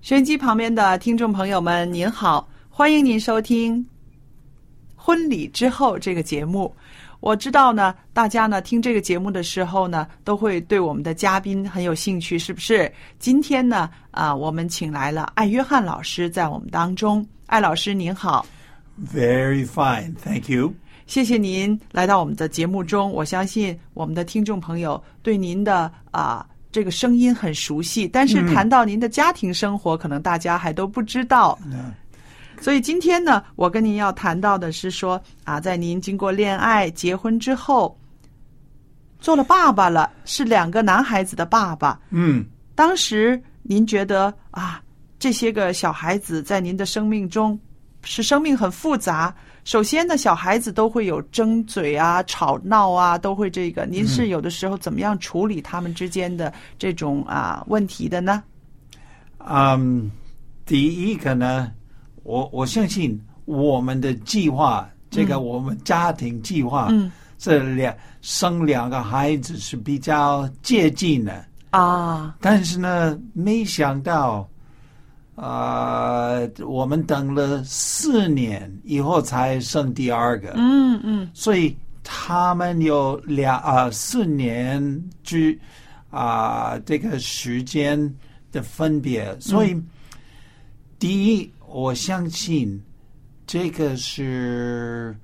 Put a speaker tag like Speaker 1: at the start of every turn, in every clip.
Speaker 1: 收音机旁边的听众朋友们，您好，欢迎您收听《婚礼之后》这个节目。我知道呢，大家呢听这个节目的时候呢，都会对我们的嘉宾很有兴趣，是不是？今天呢，啊，我们请来了艾约翰老师在我们当中。艾老师您好，
Speaker 2: Very fine, thank you.
Speaker 1: 谢谢您来到我们的节目中，我相信我们的听众朋友对您的啊、这个声音很熟悉，但是谈到您的家庭生活，可能大家还都不知道。所以今天呢，我跟您要谈到的是说啊，在您经过恋爱、结婚之后，做了爸爸了，是两个男孩子的爸爸。
Speaker 2: 嗯，
Speaker 1: 当时您觉得啊，这些个小孩子在您的生命中是生命很复杂。首先呢，小孩子都会有争嘴啊、吵闹啊，都会这个。您是有的时候怎么样处理他们之间的这种啊问题的呢？
Speaker 2: 嗯，第一个呢，我我相信我们的计划，这个我们家庭计划，
Speaker 1: 嗯，
Speaker 2: 这两生两个孩子是比较接近的，
Speaker 1: 啊，
Speaker 2: 但是呢，没想到，呃，我们等了四年以后才生第二个，
Speaker 1: 嗯嗯
Speaker 2: 所以他们有两啊、呃、四年之啊、这个时间的分别，所以、第一，我相信这个是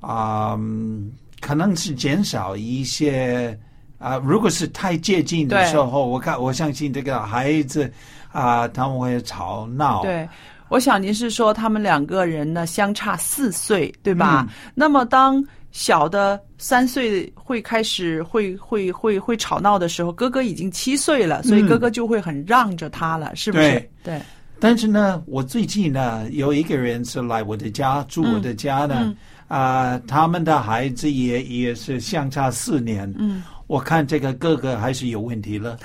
Speaker 2: 啊、嗯可能是减少一些啊、如果是太接近的
Speaker 1: 对
Speaker 2: 时候，我看我相信这个孩子啊、他们会吵闹，
Speaker 1: 对，我想您是说他们两个人呢相差四岁，对
Speaker 2: 嗯
Speaker 1: 吧？那么当小的三岁会开始会会会会吵闹的时候，哥哥已经七岁了，所以
Speaker 2: 嗯
Speaker 1: 哥哥就会很让着他了，是不是
Speaker 2: 对？
Speaker 1: 对，
Speaker 2: 但是呢，我最近呢有一个人是来我的家住我的家呢，啊、他们的孩子也也是相差四年，嗯，我看这个哥哥还是有问题了，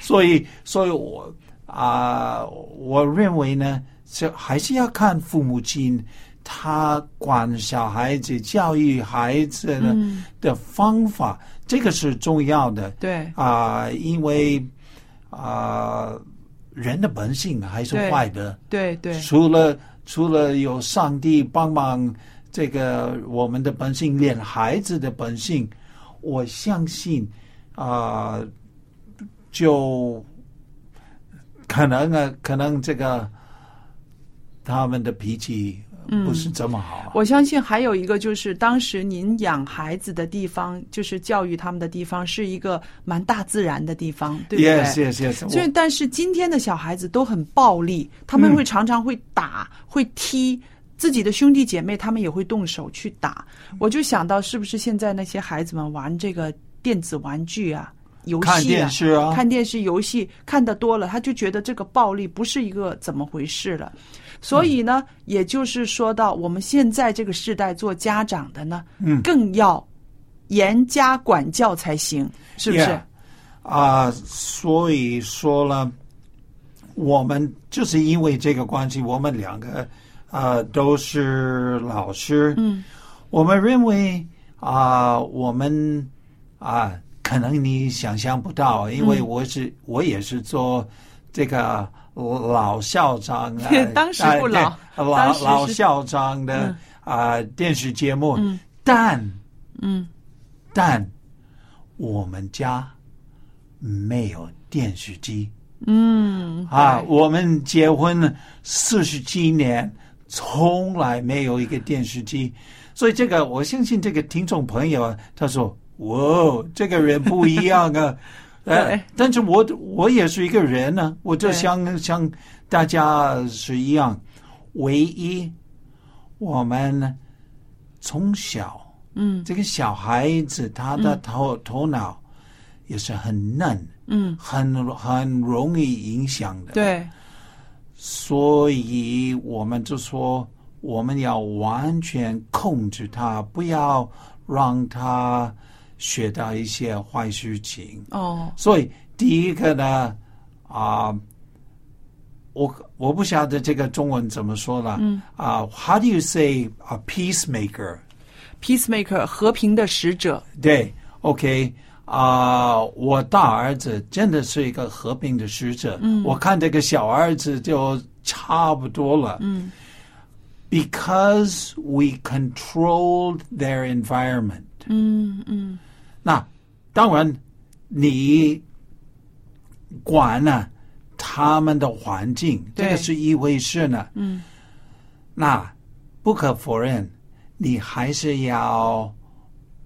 Speaker 2: 所以，所以我啊、我认为呢，这还是要看父母亲他管小孩子、教育孩子呢、
Speaker 1: 嗯
Speaker 2: 的方法，这个是重要的，
Speaker 1: 对，
Speaker 2: 啊、因为啊、人的本性还是
Speaker 1: 对
Speaker 2: 坏的，
Speaker 1: 对，对，
Speaker 2: 除了除了有上帝帮忙，这个我们的本性，连孩子的本性，我相信啊、就可能啊，可能这个他们的脾气不
Speaker 1: 嗯
Speaker 2: 是这么好。
Speaker 1: 我相信还有一个就是，当时您养孩子的地方，就是教育他们的地方，是一个蛮大自然的地方，对不对
Speaker 2: yes, yes, yes 我。嗯
Speaker 1: 所以，但是今天的小孩子都很暴力，他们会常常会打、会踢自己的兄弟姐妹，他们也会动手去打。我就想到，是不是现在那些孩子们玩这个电子玩具啊、游戏啊、
Speaker 2: 看电视啊
Speaker 1: 看电视游戏看得多了，他就觉得这个暴力不是一个怎么回事了。所以呢，也就是说到我们现在这个时代做家长的呢，
Speaker 2: 嗯
Speaker 1: 更要严加管教才行，是不是
Speaker 2: Yeah 啊、所以说了，我们就是因为这个关系，我们两个啊、呃都是老师，
Speaker 1: 嗯，
Speaker 2: 我们认为啊、我们啊、可能你想象不到，因
Speaker 1: 嗯
Speaker 2: 为我是、我也是做这个老校长，呃
Speaker 1: 当时不老
Speaker 2: 呃
Speaker 1: 当时是
Speaker 2: 老老校长的
Speaker 1: 嗯
Speaker 2: 啊、电视节目，
Speaker 1: 嗯
Speaker 2: 但
Speaker 1: 嗯，
Speaker 2: 但我们家没有电视机。
Speaker 1: 嗯
Speaker 2: 啊，
Speaker 1: 对
Speaker 2: 我们结婚四十七年，从来没有一个电视机，所以这个我相信这个听众朋友啊，他说：“哇哦，这个人不一样啊。” 呃
Speaker 1: 对，
Speaker 2: 但是我我也是一个人呢、我就
Speaker 1: 对
Speaker 2: 像像大家是一样，唯一我们从小
Speaker 1: 嗯
Speaker 2: 这个小孩子他的头、头脑也是很嫩，
Speaker 1: 嗯，
Speaker 2: 很很容易影响的。
Speaker 1: 对，
Speaker 2: 所以我们就说，我们要完全控制他，不要让他学到一些坏事情。
Speaker 1: 哦，
Speaker 2: 所以第一个呢，啊、我我不晓得这个中文怎么说了。
Speaker 1: 嗯
Speaker 2: 啊、h o w do you say a peacemaker？
Speaker 1: peacemaker 和平的使者，
Speaker 2: 对，OK，啊、我大儿子真的是一个和平的使者。
Speaker 1: 嗯
Speaker 2: 我看这个小儿子就差不多了。
Speaker 1: 嗯
Speaker 2: Because we controlled their environment，
Speaker 1: 嗯嗯
Speaker 2: 那当然你管了、他们的环境，
Speaker 1: 对
Speaker 2: 这个是一回事呢。
Speaker 1: 嗯，
Speaker 2: 那不可否认，你还是要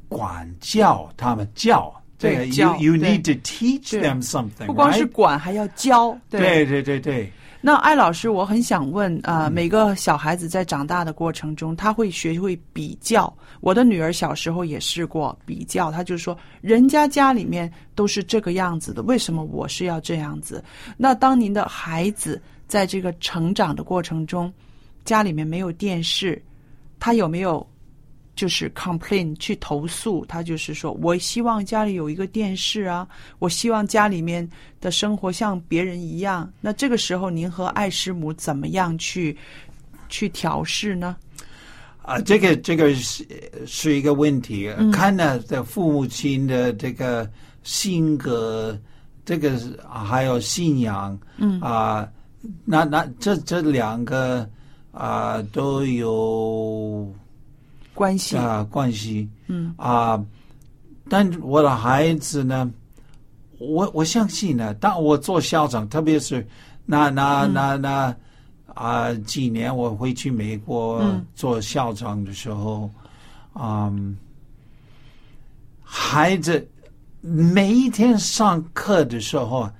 Speaker 2: 管教他们教。这个
Speaker 1: 对教
Speaker 2: you you
Speaker 1: 对
Speaker 2: need to teach
Speaker 1: 对
Speaker 2: them something，
Speaker 1: 不光是
Speaker 2: right？
Speaker 1: 管，还要教，
Speaker 2: 对对对对，
Speaker 1: 那艾老师，我很想问啊、呃每个小孩子在长大的过程中，他会学会比较。我的女儿小时候也试过比较，她就说人家家里面都是这个样子的，为什么我是要这样子？那当您的孩子在这个成长的过程中，家里面没有电视，他有没有就是 complain 去投诉，他就是说我希望家里有一个电视啊，我希望家里面的生活像别人一样。那这个时候，您和爱师母怎么样去去调试呢？
Speaker 2: 啊，这个这个是呃是一个问题，呃
Speaker 1: 嗯
Speaker 2: 看了的父母亲的这个性格，这个是还有信仰，嗯啊，那那这这两个啊都有
Speaker 1: 关系，
Speaker 2: 啊、关系，
Speaker 1: 嗯
Speaker 2: 啊、但我的孩子呢，我我相信呢，当我做校长，特别是那那那那啊、几年我回去美国
Speaker 1: 嗯
Speaker 2: 做校长的时候，嗯，孩子每一天上课的时候，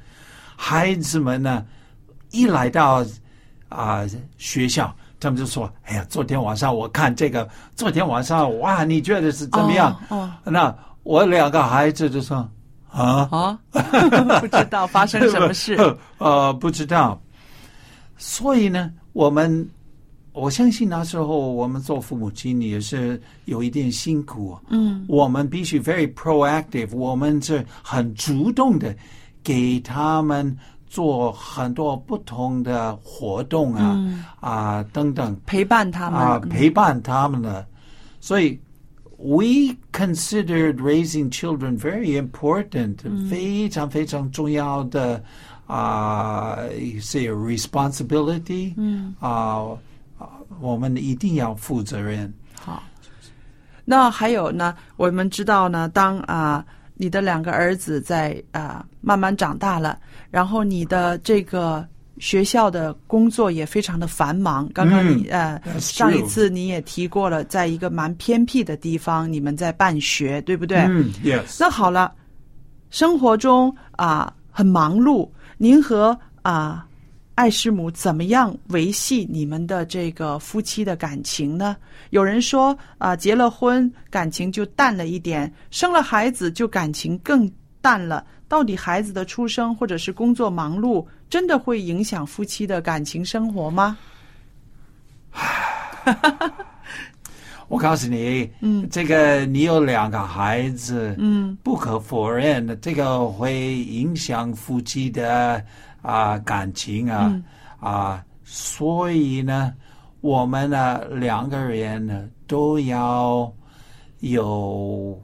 Speaker 2: 孩子们呢一来到啊、学校，他们就说：“哎呀，昨天晚上我看这个，昨天晚上哇，你觉得是怎么样？”
Speaker 1: 哦
Speaker 2: 那我两个孩子就说：“啊，。
Speaker 1: 哦，啊不知道发生什么事
Speaker 2: 呃？呃，不知道。所以呢，我们我相信那时候我们做父母亲也是有一点辛苦。啊
Speaker 1: 嗯
Speaker 2: 我们必须 very proactive，我们是很主动的给他们做很多不同的活动啊、
Speaker 1: 嗯，
Speaker 2: 啊等等
Speaker 1: 陪伴他们。嗯
Speaker 2: 啊陪伴他们呢。所以 we considered raising children very important，、非常非常重要的啊一些 responsibility，
Speaker 1: 嗯，
Speaker 2: 啊、啊我们一定要负责任。
Speaker 1: 好。那还有呢？我们知道呢，当啊、你的两个儿子在啊、慢慢长大了，然后你的这个学校的工作也非常的繁忙。刚刚你、呃
Speaker 2: 嗯 That's
Speaker 1: 上一
Speaker 2: true
Speaker 1: 次你也提过了，在一个蛮偏僻的地方，你们在办学，对不对？
Speaker 2: 嗯，yes。
Speaker 1: 那好了，生活中啊、很忙碌，您和啊、爱师母怎么样维系你们的这个夫妻的感情呢？有人说啊、结了婚感情就淡了一点，生了孩子就感情更淡了。到底孩子的出生或者是工作忙碌，真的会影响夫妻的感情生活吗？
Speaker 2: 我告诉你，
Speaker 1: 嗯
Speaker 2: 这个你有两个孩子，
Speaker 1: 嗯
Speaker 2: 不可否认，这个会影响夫妻的啊感情啊
Speaker 1: 嗯
Speaker 2: 啊，所以呢，我们呢两个人呢都要有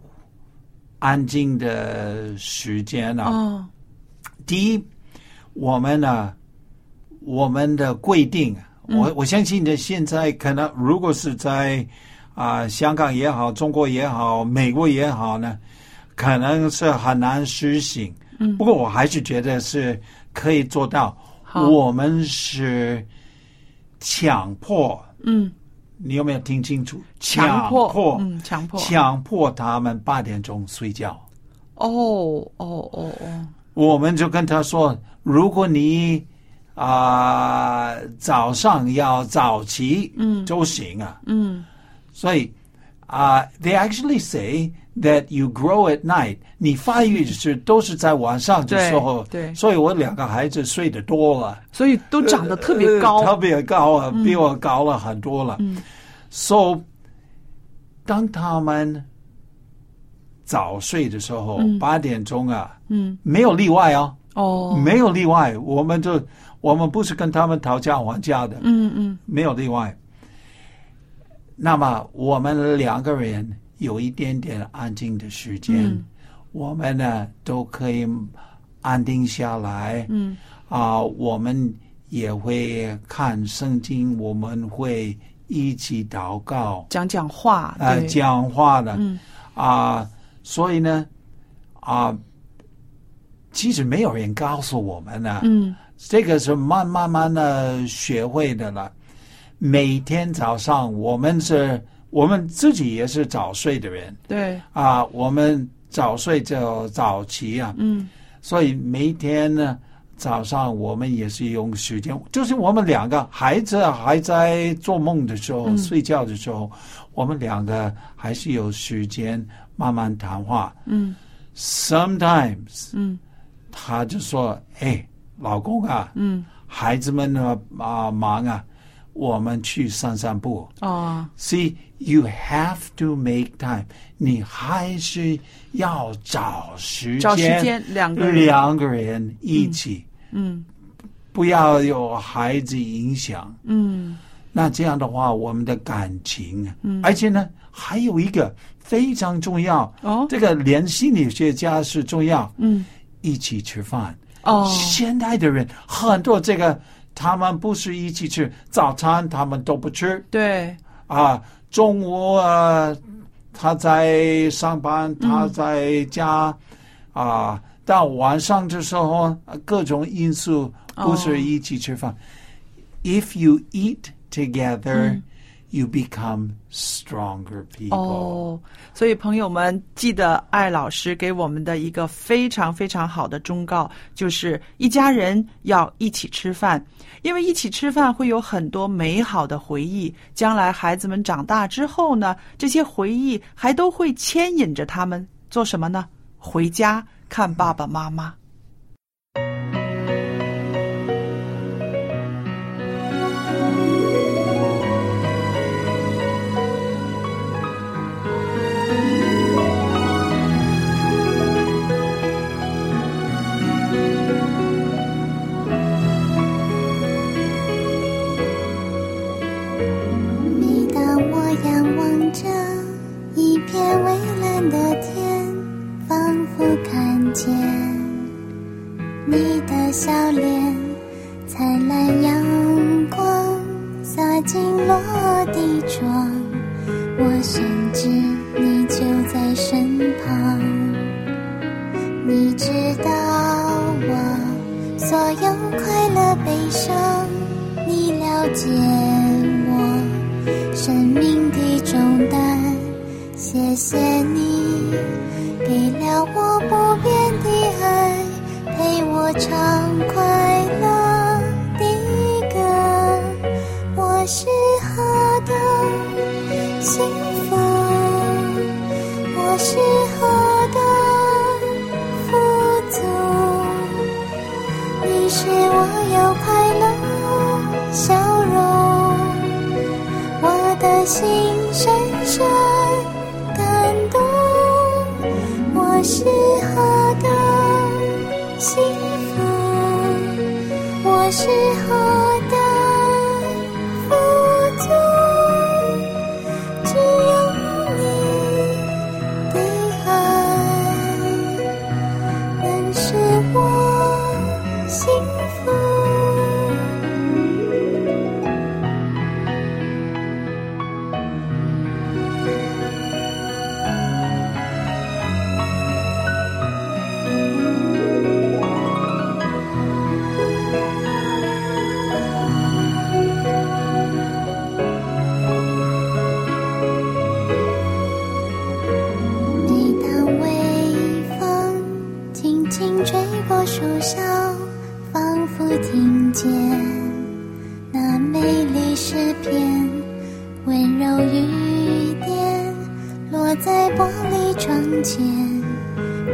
Speaker 2: 安静的时间啊。
Speaker 1: 哦，
Speaker 2: 第一，我们呢、我们的规定，啊
Speaker 1: 嗯
Speaker 2: 我我相信呢，现在可能如果是在啊、香港也好，中国也好，美国也好呢，可能是很难实行。
Speaker 1: 嗯
Speaker 2: 不过我还是觉得是可以做到。
Speaker 1: 好
Speaker 2: 我们是强迫，
Speaker 1: 嗯，
Speaker 2: 你有没有听清楚？
Speaker 1: 强迫，
Speaker 2: 迫
Speaker 1: 嗯，强迫，
Speaker 2: 强迫他们八点钟睡觉。
Speaker 1: 哦哦哦哦，
Speaker 2: 我们就跟他说，如果你啊、早上要早起，
Speaker 1: 嗯
Speaker 2: 就行啊。
Speaker 1: 嗯，
Speaker 2: 所以啊、t h e y actually say that you grow at night，你发育是都是在晚上的时候。
Speaker 1: 对对
Speaker 2: 所以我两个孩子睡得多了，
Speaker 1: 所以都长得特别
Speaker 2: 呃特
Speaker 1: 高，
Speaker 2: 别高啊，比我高了很多了。
Speaker 1: 嗯
Speaker 2: So，当他们早睡的时候
Speaker 1: 嗯，
Speaker 2: 八、点钟啊，
Speaker 1: 嗯，
Speaker 2: 没有例外哦。
Speaker 1: 哦，
Speaker 2: 没有例外，我们就我们不是跟他们讨价还价的，
Speaker 1: 嗯嗯
Speaker 2: 没有例外。那么我们两个人有一点点安静的时间，
Speaker 1: 嗯
Speaker 2: 我们呢都可以安定下来
Speaker 1: 嗯
Speaker 2: 啊、我们也会看圣经，我们会一起祷告，
Speaker 1: 讲讲话，
Speaker 2: 啊、
Speaker 1: 对，
Speaker 2: 讲话的，
Speaker 1: 嗯
Speaker 2: 啊、所以呢，啊、其实没有人告诉我们呢、
Speaker 1: 嗯
Speaker 2: 这个是慢慢慢的学会的了。每天早上，我们是，我们自己也是早睡的人
Speaker 1: 对，
Speaker 2: 啊，我们早睡就早起啊，
Speaker 1: 嗯
Speaker 2: 所以每天呢早上我们也是用时间，就是我们两个孩子还在做梦的时候、
Speaker 1: 嗯
Speaker 2: 睡觉的时候，我们两个还是有时间慢慢谈话。
Speaker 1: 嗯
Speaker 2: Sometimes
Speaker 1: 嗯
Speaker 2: 他就说：“哎，老公啊，
Speaker 1: 嗯，
Speaker 2: 孩子们呢啊忙啊，我们去散散步。
Speaker 1: 哦，
Speaker 2: See, you have to make time，你还是要找时间，
Speaker 1: 找时间两个人，
Speaker 2: 两个人一起，
Speaker 1: 嗯
Speaker 2: 不要有孩子影响。
Speaker 1: 嗯
Speaker 2: 那这样的话，我们的感情，嗯、而且呢，还有一个非常重要，
Speaker 1: 哦
Speaker 2: 这个连心理学家是重要，
Speaker 1: 嗯
Speaker 2: 一起吃饭。
Speaker 1: 哦，
Speaker 2: 现代的人很多这个，他们不是一起吃早餐，他们都不吃
Speaker 1: 对，
Speaker 2: 啊。中午啊，他在上班，他在家、啊。到晚上的时候，啊各种因素不
Speaker 1: 哦
Speaker 2: 是一起吃饭。If you eat together,、
Speaker 1: 嗯
Speaker 2: you become stronger people.、
Speaker 1: 哦，所以朋友们记得，艾老师给我们的一个非常非常好的忠告，就是一家人要一起吃饭，因为一起吃饭会有很多美好的回忆。将来孩子们长大之后呢，这些回忆还都会牵引着他们做什么呢？回家看爸爸妈妈。
Speaker 3: 每当我仰望着一片蔚蓝的天，仿佛看见你的笑脸，灿烂阳光洒进落地窗，我深知你就在身旁。你知道我所有快乐悲伤，你了解我。生命的重担。谢谢你给了我不变的爱，陪我唱快乐的歌。我是何等幸福，我是何等富足。你是我有快乐笑容。我的心深深感动，我是何等幸福，那时候的富足，只有你的爱能使我幸福。每当微风轻轻吹过树梢，仿佛听见那美丽诗篇，温柔雨点落在玻璃窗前，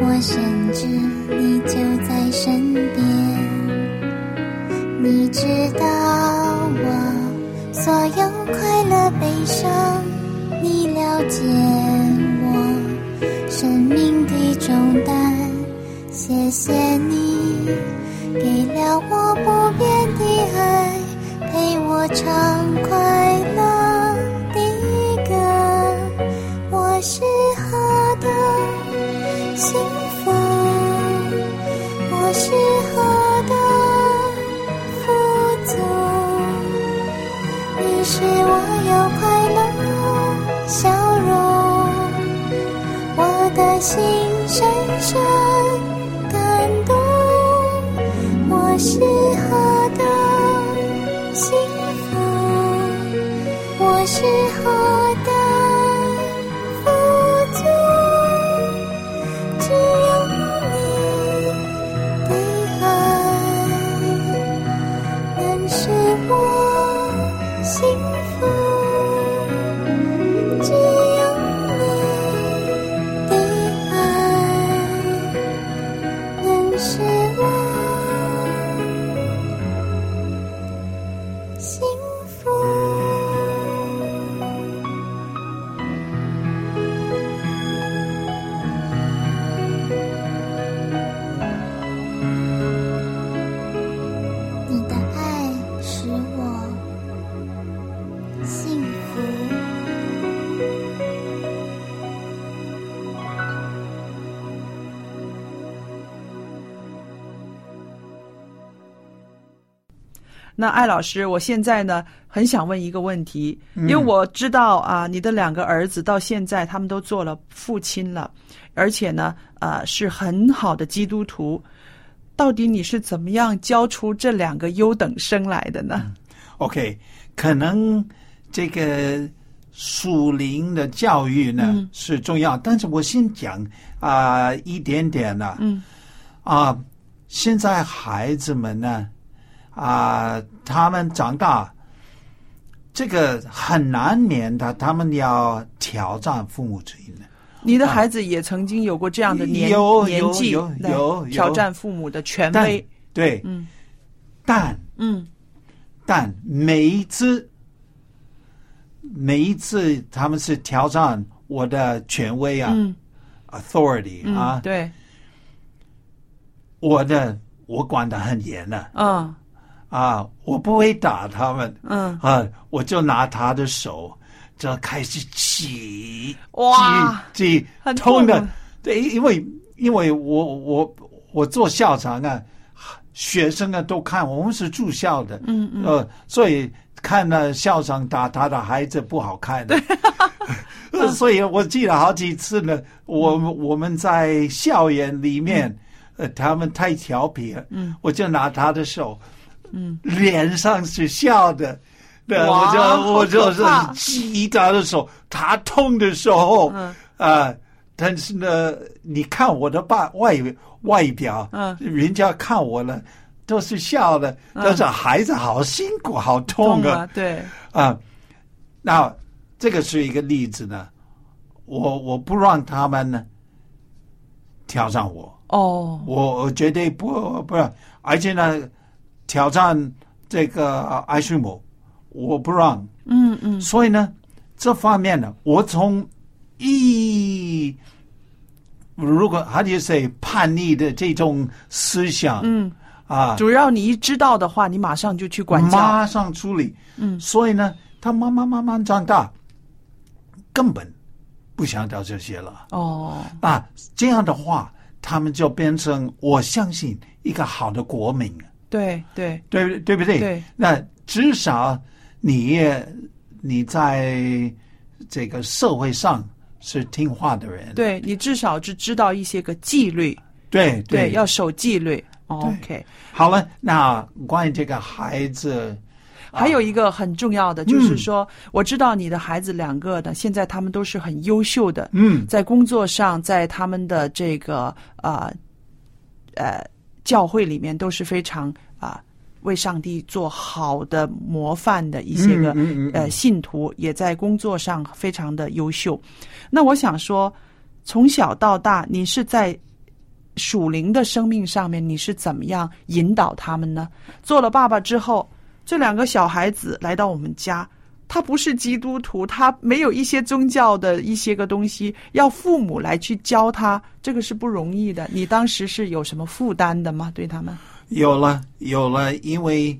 Speaker 3: 我深知你就在身边，你知道我所有快乐悲伤，你了解我。生命的重担。谢谢你给了我不变的爱，陪我唱快乐的歌。我是何等幸福，我是何等富足，你是我有快乐笑容。我的心深深感动，我是何等幸福，我是何等富足，只有你的爱能使我幸福，只有你。的爱，能使我幸福。你的爱使我幸福。
Speaker 1: 那艾老师，我现在呢很想问一个问题，因
Speaker 2: 嗯
Speaker 1: 为我知道啊，你的两个儿子到现在他们都做了父亲了，而且呢，呃，是很好的基督徒。到底你是怎么样教出这两个优等生来的呢？
Speaker 2: OK，可能这个属灵的教育呢、是重要，但是我先讲啊、一点点呢、
Speaker 1: 嗯
Speaker 2: 啊、现在孩子们呢啊、他们长大，这个很难免的，他们要挑战父母之命的。
Speaker 1: 你的孩子也曾经有过这样的年
Speaker 2: 啊有
Speaker 1: 年纪
Speaker 2: 有有
Speaker 1: 来
Speaker 2: 有有
Speaker 1: 挑战父母的权
Speaker 2: 但
Speaker 1: 威，
Speaker 2: 对，
Speaker 1: 嗯
Speaker 2: 但
Speaker 1: 嗯
Speaker 2: 但每一次，每一次他们是挑战我的权威啊、
Speaker 1: 嗯
Speaker 2: authority
Speaker 1: 嗯，，
Speaker 2: 啊
Speaker 1: 对，
Speaker 2: 我的我管得很严的
Speaker 1: 嗯
Speaker 2: 啊，我不会打他们
Speaker 1: 嗯，
Speaker 2: 啊，我就拿他的手就开始挤
Speaker 1: 哇，
Speaker 2: 挤挤
Speaker 1: 很
Speaker 2: 痛的
Speaker 1: 痛，啊
Speaker 2: 对，因为因为我我我做校长啊，学生啊都看我们是住校的，
Speaker 1: 嗯嗯
Speaker 2: 呃，所以看了校长打他的孩子不好看的。 呃所以我记了好几次呢。我我们在校园里面，呃，他们太调皮了，
Speaker 1: 嗯
Speaker 2: 我就拿他的手，
Speaker 1: 嗯，
Speaker 2: 脸上是笑的，对，我
Speaker 1: 哇
Speaker 2: 就我就
Speaker 1: 好
Speaker 2: 是
Speaker 1: 可怕
Speaker 2: 击他的手，他痛的时候，啊、
Speaker 1: 嗯
Speaker 2: 但是呢，你看我的爸外外表，
Speaker 1: 嗯
Speaker 2: 人家看我了。都是笑的，但是孩子好辛苦，好痛
Speaker 1: 懂
Speaker 2: 啊！
Speaker 1: 了，对，
Speaker 2: 啊，那这个是一个例子呢。我我不让他们呢挑战我，
Speaker 1: 哦，
Speaker 2: 我我绝对不不让，而且呢挑战这个呃艾斯姆，我不让。
Speaker 1: 嗯嗯
Speaker 2: 所以呢，这方面呢，我从一如果还得 w say 叛逆的这种思想，
Speaker 1: 嗯
Speaker 2: 啊，
Speaker 1: 主要你一知道的话，你马上就去管教。
Speaker 2: 马上处理。嗯，所以呢，他慢慢慢慢长大，根本不想到这些了。
Speaker 1: 哦，
Speaker 2: 啊，这样的话，他们就变成我相信一个好的国民，
Speaker 1: 对对，
Speaker 2: 对不对不对？
Speaker 1: 对
Speaker 2: 那至少你也你在这个社会上是听话的人。
Speaker 1: 对你至少是知道一些个纪律，
Speaker 2: 对
Speaker 1: 对，要守纪律。OK，
Speaker 2: 好了，那关于这个孩子，
Speaker 1: 还有一个很重要的
Speaker 2: 嗯
Speaker 1: 就是说，我知道你的孩子两个呢，现在他们都是很优秀的，
Speaker 2: 嗯，
Speaker 1: 在工作上，在他们的这个啊呃教会里面都是非常啊、为上帝做好的模范的一些个、
Speaker 2: 嗯嗯嗯
Speaker 1: 呃信徒，也在工作上非常的优秀。那我想说，从小到大，你是在属灵的生命上面，你是怎么样引导他们呢？做了爸爸之后，这两个小孩子来到我们家，他不是基督徒，他没有一些宗教的一些个东西，要父母来去教他，这个是不容易的。你当时是有什么负担的吗？对他们？
Speaker 2: 有了有了，因为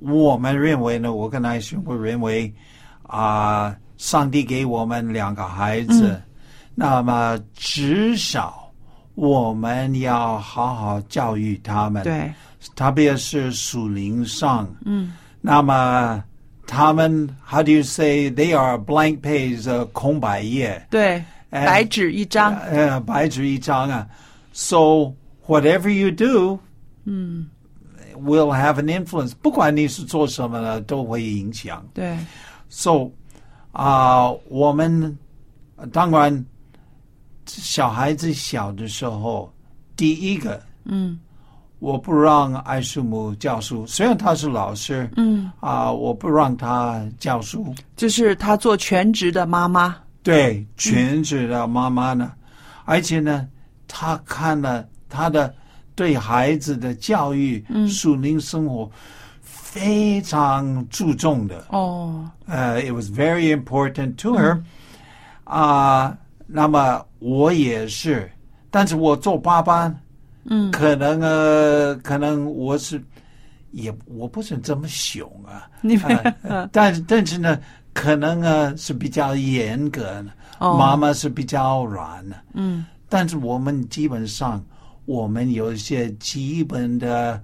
Speaker 2: 我们认为呢，我跟艾兄我认为啊、上帝给我们两个孩子，
Speaker 1: 嗯
Speaker 2: 那么至少我们要好好教育他们。
Speaker 1: 对，
Speaker 2: 特别是属灵上，
Speaker 1: 嗯，
Speaker 2: 那么他们 how do you say they are blank page 呃空白页，
Speaker 1: 对，
Speaker 2: 哎
Speaker 1: 白纸一张，
Speaker 2: 呃白纸一张啊。So whatever you do，嗯，will have an influence。不管你是做什么的，都会影响。
Speaker 1: 对，
Speaker 2: So 啊、我们呃当然小孩子小的时候，第一个
Speaker 1: 嗯
Speaker 2: 我不让艾树姆教书，虽然他是老师，
Speaker 1: 嗯，
Speaker 2: 啊、我不让他教书。
Speaker 1: 就是他做全职的妈妈，
Speaker 2: 对，嗯全职的妈妈呢，而且呢，他看了他的对孩子的教育、嗯、属灵生活非常注重的。
Speaker 1: 哦，
Speaker 2: 呃、i t was very important to her、啊，那么我也是，但是我做爸爸，
Speaker 1: 嗯，
Speaker 2: 可能呃，可能我是也我不是这么凶啊，
Speaker 1: 你们、
Speaker 2: 呃但是但是呢，可能啊是比较严格的，
Speaker 1: 哦
Speaker 2: 妈妈是比较软的，
Speaker 1: 嗯，
Speaker 2: 但是我们基本上我们有一些基本的。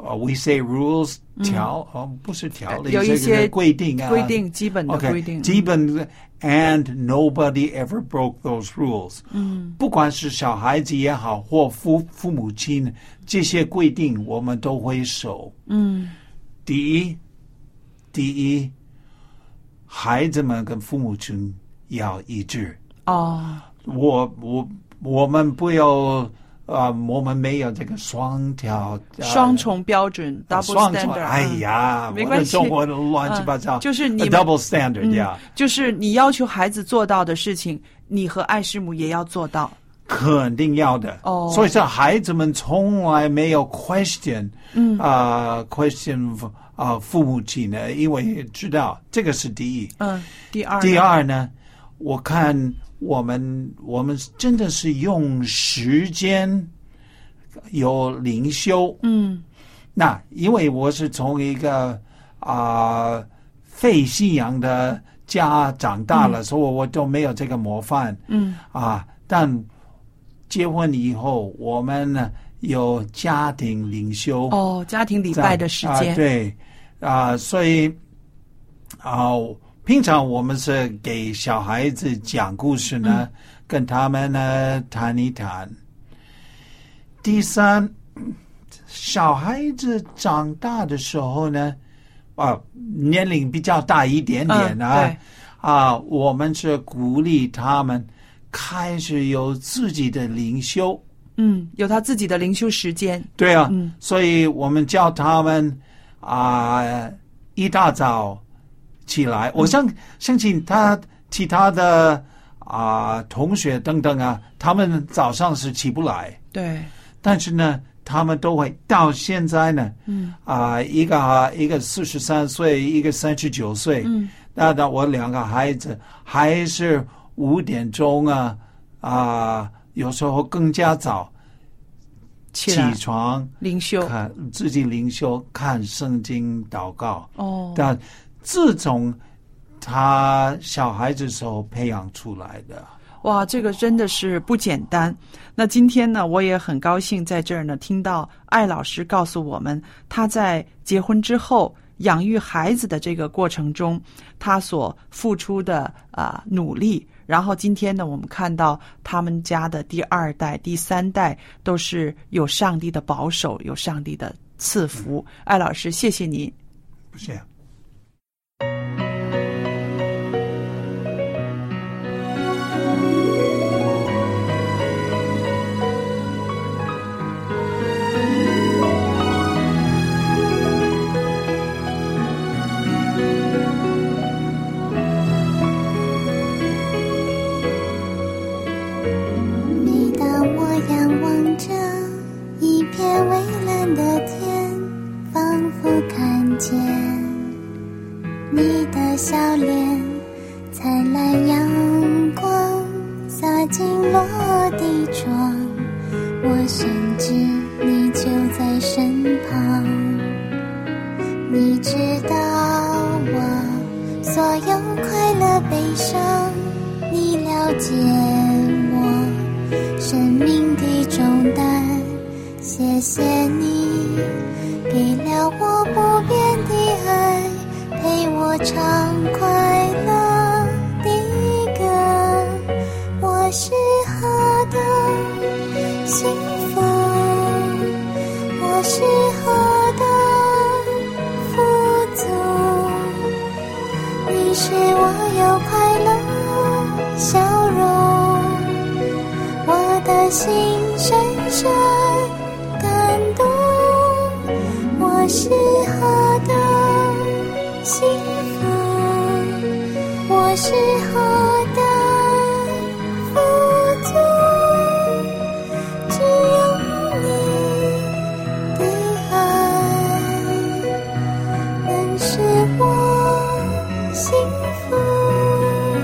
Speaker 2: 呃 w e say rules 条，哦，不是条例，
Speaker 1: 嗯有一
Speaker 2: 这个
Speaker 1: 些
Speaker 2: 规定啊，
Speaker 1: 规定基本的规定
Speaker 2: OK，基本的 and nobody ever broke those rules。嗯，不管是小孩子也好，或父父母亲，这些规定我们都会守。
Speaker 1: 嗯
Speaker 2: 第一，第一，孩子们跟父母亲要一致。
Speaker 1: 哦，
Speaker 2: 我我我们不要啊、呃我们没有这个双条、呃
Speaker 1: 双重标准、double
Speaker 2: 双
Speaker 1: standard，
Speaker 2: 重。哎
Speaker 1: 嗯
Speaker 2: 呀，
Speaker 1: 没
Speaker 2: 我
Speaker 1: 关
Speaker 2: 的
Speaker 1: 系
Speaker 2: 中国的乱七八糟，
Speaker 1: 嗯就是你
Speaker 2: a
Speaker 1: 们
Speaker 2: double standard
Speaker 1: 嗯
Speaker 2: 呀、
Speaker 1: 就是你要求孩子做到的事情，你和爱师母也要做到。
Speaker 2: 肯定要的。
Speaker 1: 哦
Speaker 2: 所以说孩子们从来没有 question，嗯啊、question 父啊、父母亲呢，因为知道这个是第一。
Speaker 1: 嗯，第二，
Speaker 2: 第，二呢，我看我们我们真的是用时间有灵修。
Speaker 1: 嗯
Speaker 2: 那因为我是从一个啊、非信仰的家长大了，所以我都没有这个模范。
Speaker 1: 嗯
Speaker 2: 啊，但结婚以后，我们呢有家庭领袖
Speaker 1: 哦，家庭礼
Speaker 2: 在
Speaker 1: 拜的时间，
Speaker 2: 啊对啊，所以啊，平常我们是给小孩子讲故事呢，
Speaker 1: 嗯
Speaker 2: 跟他们呢谈一谈。第三，小孩子长大的时候呢，啊，年龄比较大一点点啊。
Speaker 1: 嗯对
Speaker 2: 啊，我们是鼓励他们开始有自己的灵修。
Speaker 1: 嗯，有他自己的灵修时间，
Speaker 2: 对啊，
Speaker 1: 嗯
Speaker 2: 所以我们叫他们啊、一大早起
Speaker 1: 嗯
Speaker 2: 来。我相相信他其他的啊、同学等等啊，他们早上是起不来，
Speaker 1: 对，
Speaker 2: 但是呢，他们都会到现在呢，
Speaker 1: 嗯
Speaker 2: 啊、一个啊一个四十三岁，一个三十九岁，
Speaker 1: 嗯，
Speaker 2: 那那我两个孩子还是五点钟啊啊、有时候更加早
Speaker 1: 起
Speaker 2: 起
Speaker 1: 来
Speaker 2: 床
Speaker 1: 灵修
Speaker 2: 看自己灵修、看圣经、祷告。
Speaker 1: 哦，
Speaker 2: 但自从他小孩子时候培养出来的，
Speaker 1: 哇，这个真的是不简单。那今天呢，我也很高兴在这儿呢，听到艾老师告诉我们，他在结婚之后养育孩子的这个过程中，他所付出的啊、努力。然后今天呢，我们看到他们家的第二代、第三代都是有上帝的保守，有上帝的赐福。艾老师，谢谢您。
Speaker 2: 不是。
Speaker 3: 每当我仰望着一片蔚蓝的天，仿佛看见你的笑脸，灿烂阳光洒进落地窗，我深知你就在身旁，你知道我所有快乐悲伤，你了解我。生命的重担。谢谢你给了我不变的爱，陪我唱快乐的歌。我是何等幸福，我是何等富足。你是我有快乐笑容。我的心深深感动，我是何等幸福，我是何等富足，只有你的爱能使我幸福。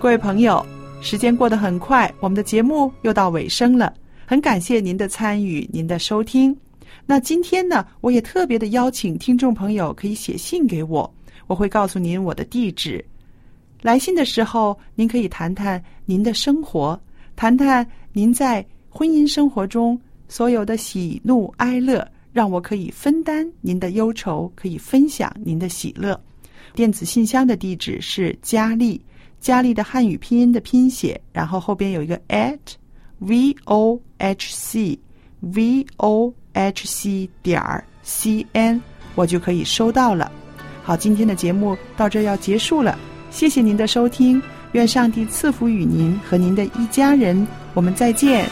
Speaker 1: 各位朋友，时间过得很快，我们的节目又到尾声了，很感谢您的参与，您的收听。那今天呢，我也特别的邀请听众朋友可以写信给我，我会告诉您我的地址。来信的时候，您可以谈谈您的生活，谈谈您在婚姻生活中所有的喜怒哀乐，让我可以分担您的忧愁，可以分享您的喜乐。电子信箱的地址是佳丽，佳丽的汉语拼音的拼写，然后后边有一个 at v o h c v o h c 点儿 c n，我就可以收到了。好，今天的节目到这儿要结束了，谢谢您的收听，愿上帝赐福与您和您的一家人，我们再见。